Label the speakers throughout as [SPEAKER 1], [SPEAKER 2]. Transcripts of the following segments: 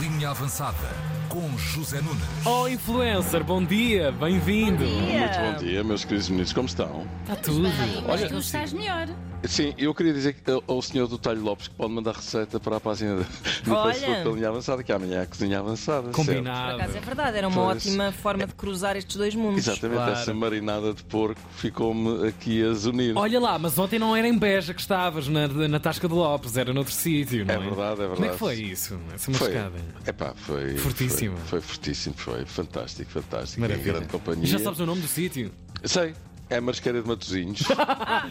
[SPEAKER 1] Linha avançada com José Nunes.
[SPEAKER 2] Oh, influencer, bom dia, bem-vindo.
[SPEAKER 3] Muito bom dia, meus queridos ministros, como estão?
[SPEAKER 2] Está tudo.
[SPEAKER 3] Olha-
[SPEAKER 4] Olha, tu estás melhor.
[SPEAKER 3] Sim, eu queria dizer que- ao- ao senhor do Talho Lopes que pode mandar receita para a página do do
[SPEAKER 5] Olha.
[SPEAKER 3] Facebook da Linha Avançada, que amanhã é a Cozinha Avançada. certo?
[SPEAKER 5] Por
[SPEAKER 2] Combinado.
[SPEAKER 5] acaso é verdade, era uma
[SPEAKER 3] Pois.
[SPEAKER 5] ótima forma de cruzar estes dois mundos.
[SPEAKER 3] Exatamente,
[SPEAKER 2] Claro.
[SPEAKER 3] essa marinada de porco ficou-me aqui a zunir.
[SPEAKER 2] Olha lá, mas ontem não era em Beja que estavas, na, na Tasca de Lopes, era noutro sítio, não é?
[SPEAKER 3] É verdade, é verdade.
[SPEAKER 2] Como é que foi isso? Essa
[SPEAKER 3] Foi.
[SPEAKER 2] mascada.
[SPEAKER 3] Epá, foi.
[SPEAKER 2] Fortíssimo.
[SPEAKER 3] Foi, foi fortíssimo, foi fantástico, fantástico.
[SPEAKER 2] Maravilha.
[SPEAKER 3] Em grande companhia.
[SPEAKER 2] E já sabes o nome do sítio?
[SPEAKER 3] Sei, é a Marisqueira de Matosinhos.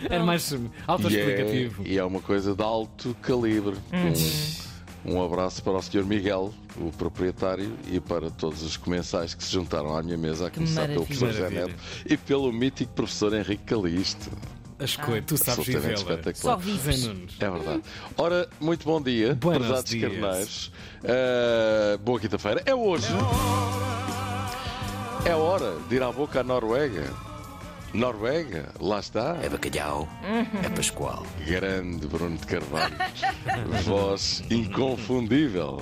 [SPEAKER 2] Era mais
[SPEAKER 3] e, é,
[SPEAKER 2] autoexplicativo.
[SPEAKER 3] e é uma coisa de alto calibre.
[SPEAKER 2] Uhum.
[SPEAKER 3] Um, um abraço para o Sr. Miguel, o proprietário, e para todos os comensais que se juntaram à minha mesa, a começar pelo
[SPEAKER 5] maravilha.
[SPEAKER 3] professor José
[SPEAKER 2] Maravilha.
[SPEAKER 3] Neto e pelo mítico professor Henrique Calixto.
[SPEAKER 2] As coisas, tu sabes
[SPEAKER 3] é? Ah. Absolutamente
[SPEAKER 2] vivê-la.
[SPEAKER 5] Só
[SPEAKER 3] espetacular.
[SPEAKER 5] VIPs.
[SPEAKER 2] Zé Nunes.
[SPEAKER 3] É verdade. Ora, muito bom dia,
[SPEAKER 2] Buenos
[SPEAKER 3] prezados
[SPEAKER 2] dias.
[SPEAKER 3] carneiros. Ah, boa quinta-feira. É hoje. É hora de ir à boca à Noruega. Noruega, lá está.
[SPEAKER 6] É bacalhau, é pascoal.
[SPEAKER 3] Grande Bruno de Carvalho. Voz inconfundível.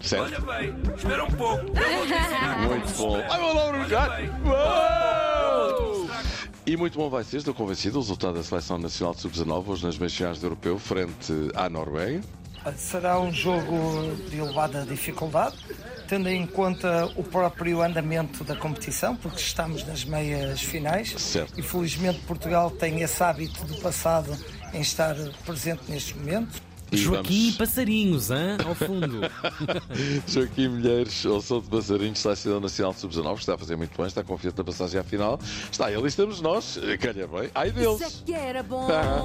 [SPEAKER 3] Certo?
[SPEAKER 6] bem, espera um pouco. é
[SPEAKER 3] Muito bom. Ai, meu Deus, Bruno Carvalho. Uou! E muito bom vai ser, estou convencido, o resultado da Seleção Nacional de Sub-19 hoje nas meias finais do Europeu, frente à Noruega.
[SPEAKER 7] Será um jogo de elevada dificuldade, tendo em conta o próprio andamento da competição, porque estamos nas meias finais.
[SPEAKER 3] Certo.
[SPEAKER 7] E felizmente Portugal tem esse hábito do passado em estar presente neste momento.
[SPEAKER 3] E
[SPEAKER 2] Joaquim e
[SPEAKER 3] vamos-
[SPEAKER 2] passarinhos, hã? Ao fundo.
[SPEAKER 3] Joaquim Milheiros, ou sou de Passarinhos, Seleção Nacional de Sub-19, que está a fazer muito bem, está confiante na passagem à final. Está ele e estamos nós, calha bem. Ai
[SPEAKER 5] é
[SPEAKER 3] deles!
[SPEAKER 4] é que era bom.
[SPEAKER 3] Ah.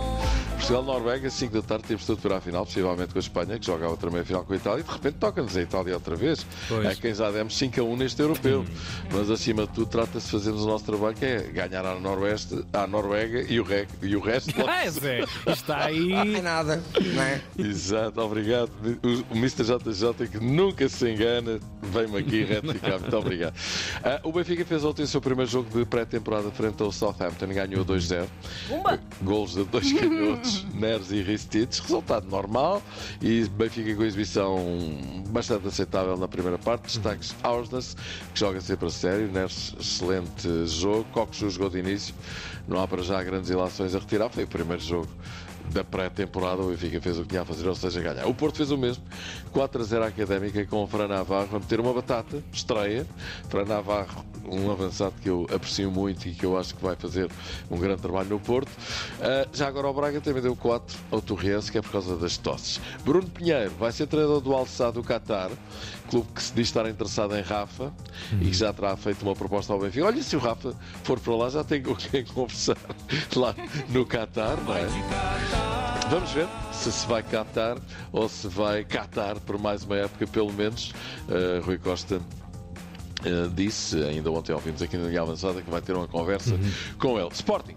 [SPEAKER 3] Portugal-Noruega, 5 da tarde, temos tudo para a final, possivelmente com a Espanha, que joga a outra meia-final com a Itália, e de repente toca-nos a Itália outra vez.
[SPEAKER 2] Pois.
[SPEAKER 3] A quem já demos 5 a 1 neste europeu. Mas, acima de tudo, trata-se de fazermos o nosso trabalho, que é ganhar à, Noroeste, à Noruega e o, re... e o resto...
[SPEAKER 2] Ah, Zé, está aí.
[SPEAKER 8] nada, não é?
[SPEAKER 3] Exato, obrigado. O Mr. JJ, que nunca se engana, vem-me aqui retificar. Muito obrigado. Ah, o Benfica fez ontem o seu primeiro jogo de pré-temporada frente ao Southampton, ganhou 2-0.
[SPEAKER 5] Pumba!
[SPEAKER 3] Golos de dois canhotos, Neres e Ristites, resultado normal e Benfica com exibição bastante aceitável na primeira parte. Destaques Ausnes, que joga sempre a sério, Neres, excelente jogo. Coxo jogou de início, não há para já grandes ilações a retirar. Foi o primeiro jogo da pré-temporada. O Benfica fez o que tinha a fazer, ou seja, ganhar. O Porto fez o mesmo, 4 a 0 à académica, com o Fran Navarro a meter uma batata, estreia. Fran Navarro, um avançado que eu aprecio muito e que eu acho que vai fazer um grande trabalho no Porto. Ah, já agora o Braga também deu 4 ao Torrense, que é por causa das tosses. Bruno Pinheiro vai ser treinador do Alçado do Qatar, clube que se diz estar interessado em Rafa e que já terá feito uma proposta ao Benfica. Olha, se o Rafa for para lá, já tem com quem conversar lá no Qatar, não é? Vamos ver se se vai captar ou se vai catar por mais uma época, pelo menos. Uh, Rui Costa uh, disse, ainda ontem ouvimos aqui na Liga Avançada, que vai ter uma conversa com ele. Sporting.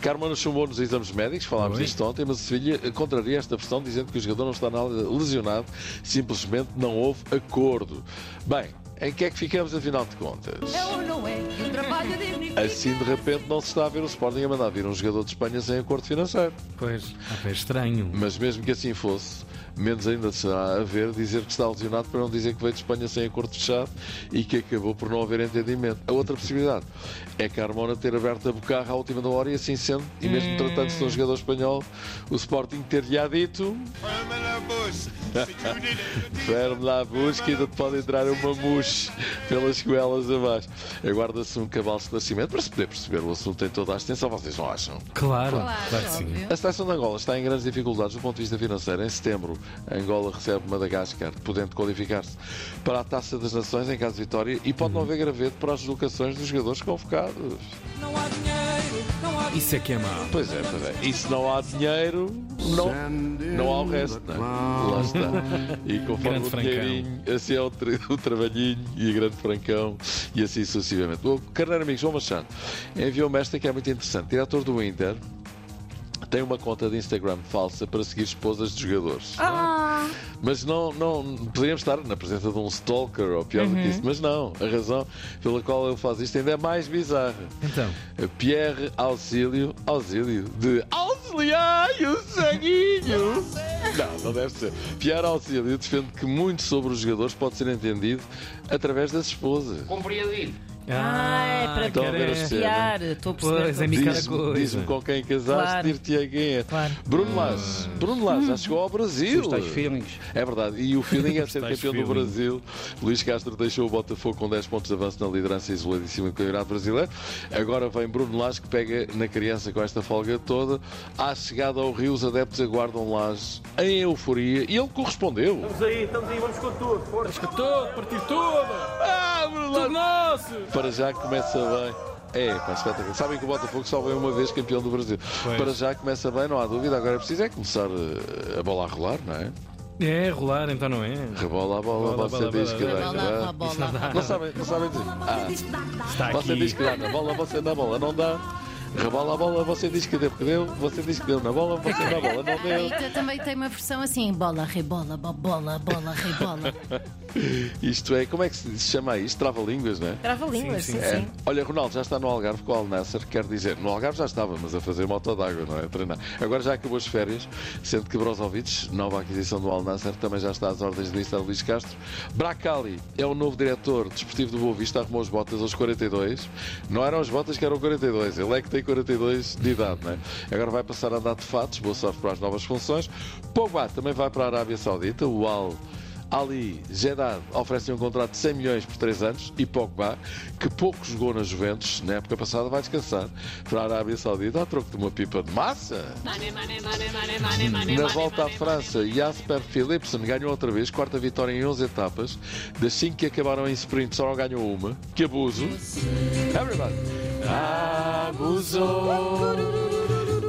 [SPEAKER 3] Carmona chumbou nos exames médicos, falámos
[SPEAKER 2] Oi.
[SPEAKER 3] disto ontem, mas o Sevilha eh, contraria esta versão dizendo que o jogador não está nada lesionado, simplesmente não houve acordo. Bem, em que é que ficamos afinal de contas?
[SPEAKER 4] É ou não é? E o trabalho dignifica.
[SPEAKER 3] Assim de repente não se está a ver o Sporting a mandar vir um jogador de Espanha sem acordo financeiro.
[SPEAKER 2] Pois, ah, pá, é estranho.
[SPEAKER 3] Mas mesmo que assim fosse, menos ainda será haver dizer que está lesionado para não dizer que veio de Espanha sem acordo fechado e que acabou por não haver entendimento. A outra possibilidade é que a Carmona ter aberto a bocarra à última da hora e assim sendo, e mesmo tratando-se de um jogador espanhol, o Sporting ter-lhe há dito Ferme lá a busca e ainda te pode entrar uma mousse pelas goelas abaixo. Aguarda-se um cabal de esclarecimento para se poder perceber o assunto em toda a extensão, vocês não acham?
[SPEAKER 2] Claro,
[SPEAKER 4] Claro,
[SPEAKER 2] claro que sim.
[SPEAKER 4] óbvio.
[SPEAKER 3] A seleção de Angola está em grandes dificuldades do ponto de vista financeiro. Em setembro, a Angola recebe Madagascar, podendo qualificar-se para a Taça das Nações em caso de vitória e pode não haver graveto para as deslocações dos jogadores convocados.
[SPEAKER 2] Isso é que é mau.
[SPEAKER 3] Pois é, pois é. E se não há dinheiro, não, não há o resto. Não. é? Lá está. E conforme
[SPEAKER 2] Grande
[SPEAKER 3] o
[SPEAKER 2] Francão.
[SPEAKER 3] dinheirinho, assim é o, tra o trabalhinho e grande francão e assim sucessivamente. O Carneiro Amigo João Machado enviou-me esta que é muito interessante. Diretor do Inter tem uma conta de Instagram falsa para seguir esposas de jogadores. Mas não, não poderíamos estar na presença de um stalker ou pior do que isso, mas não. A razão pela qual ele faz isto ainda é mais bizarra.
[SPEAKER 2] Então.
[SPEAKER 3] Pierre Auxílio, Auxílio de Auxílio Auxílio, ai, o sanguinho! Não, não deve ser. Piar Auxílio defende que muito sobre os jogadores pode ser entendido através das esposas.
[SPEAKER 5] Ah, é para
[SPEAKER 3] Estão Então, a ver
[SPEAKER 2] caralho.
[SPEAKER 3] as pessoas.
[SPEAKER 5] desviar. Estou a
[SPEAKER 2] Pois,
[SPEAKER 5] perceber. estou a
[SPEAKER 2] é
[SPEAKER 5] perceber.
[SPEAKER 2] Cada
[SPEAKER 3] Diz-me
[SPEAKER 2] coisa.
[SPEAKER 3] diz com quem casaste,
[SPEAKER 5] Claro.
[SPEAKER 3] dir-te-ei quem é.
[SPEAKER 5] Claro.
[SPEAKER 3] Bruno Lage, Bruno Lage já chegou ao Brasil.
[SPEAKER 8] Os tais feelings.
[SPEAKER 3] É verdade, e o feeling é ser
[SPEAKER 2] Tais
[SPEAKER 3] campeão do
[SPEAKER 2] feeling.
[SPEAKER 3] Brasil. Luís Castro deixou o Botafogo com 10 pontos de avanço na liderança isoladíssima do Campeonato Brasileiro. Agora vem Bruno Lage que pega na criança com esta folga toda. À chegada ao Rio, os adeptos aguardam Lage em euforia e ele correspondeu. Ah, Bruno Lage! Para já começa bem. É, pá, espetacular. Sabem que o Botafogo só veio uma vez campeão do Brasil. Para já começa bem, não há dúvida. Agora é preciso é começar eh, a bola a rolar, não é?
[SPEAKER 2] É, rolar, então não é?
[SPEAKER 3] Rebola a bola,
[SPEAKER 2] Bola,
[SPEAKER 3] você
[SPEAKER 2] bola,
[SPEAKER 3] diz
[SPEAKER 2] bola,
[SPEAKER 3] que dá.
[SPEAKER 2] bola.
[SPEAKER 3] não é?
[SPEAKER 9] Bola, bola,
[SPEAKER 3] Não sabem, não sabem dizer. Ah,
[SPEAKER 2] Está
[SPEAKER 3] você diz
[SPEAKER 2] aqui.
[SPEAKER 3] que dá na bola, você na bola não dá. Rebola a bola, você diz que deu, que deu. Você diz que deu na bola, você na bola não deu.
[SPEAKER 9] Rita também tem uma versão assim: bola, rebola, bo- bola, bola, rebola.
[SPEAKER 3] Isto é, como é que se chama isto? Trava-línguas, não é?
[SPEAKER 5] Trava línguas, sim, sim.
[SPEAKER 3] É. Olha, Ronaldo já está no Algarve com o Al Nasser, quer dizer, no Algarve já estava, mas a fazer moto d'água, não é? A treinar. Agora já acabou as férias, sendo que Brozovic, nova aquisição do Al Nasser, também já está às ordens do Ministro Luís Castro. Bracali é o novo diretor desportivo do Boa Vista, arrumou as botas aos 42. Não eram as botas que eram 42, ele é que tem 42 de idade, não é? Agora vai passar a andar de fatos, boa sorte para as novas funções. Pogba também vai para a Arábia Saudita, o Al. Ali Zedad oferece um contrato de 100 milhões por 3 anos e Pogba, que pouco jogou na Juventus na época passada, vai descansar para a Arábia Saudita a troco de uma pipa de massa. Na volta à França, Jasper Philipsen ganhou outra vez, quarta vitória em 11 etapas. Das 5 que acabaram em sprint, só não ganhou uma. Que abuso! Everybody! Abusou!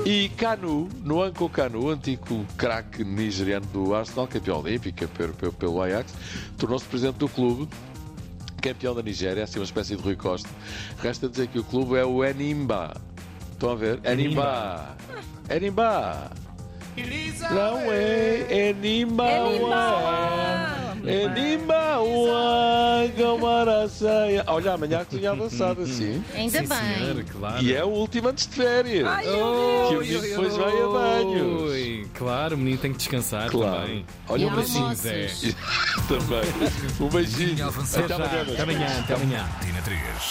[SPEAKER 3] E Canu, Noanko Canu, antigo craque nigeriano do Arsenal, campeão olímpico, campeão europeu pelo Ajax, tornou-se presidente do clube, campeão da Nigéria, assim uma espécie de Rui Costa. Resta dizer que o clube é o Enimba. Estão a ver? Enimba! Enimba! Não é Enimba! Enimba! um Enimba! Olha, amanhã que tinha avançado assim.
[SPEAKER 9] Ainda bem.
[SPEAKER 2] Senhora, claro.
[SPEAKER 3] E é o último antes de férias. que o menino depois vai a banhos.
[SPEAKER 2] Ui, Claro, o menino tem que descansar
[SPEAKER 3] Claro.
[SPEAKER 2] também.
[SPEAKER 3] Olha
[SPEAKER 9] E
[SPEAKER 3] o beijinho.
[SPEAKER 9] almoços.
[SPEAKER 2] Zé.
[SPEAKER 3] Também. Um beijinho.
[SPEAKER 1] Linha avançada.
[SPEAKER 3] Até amanhã, meus
[SPEAKER 2] Até amanhã, até amanhã.
[SPEAKER 1] Tina 3.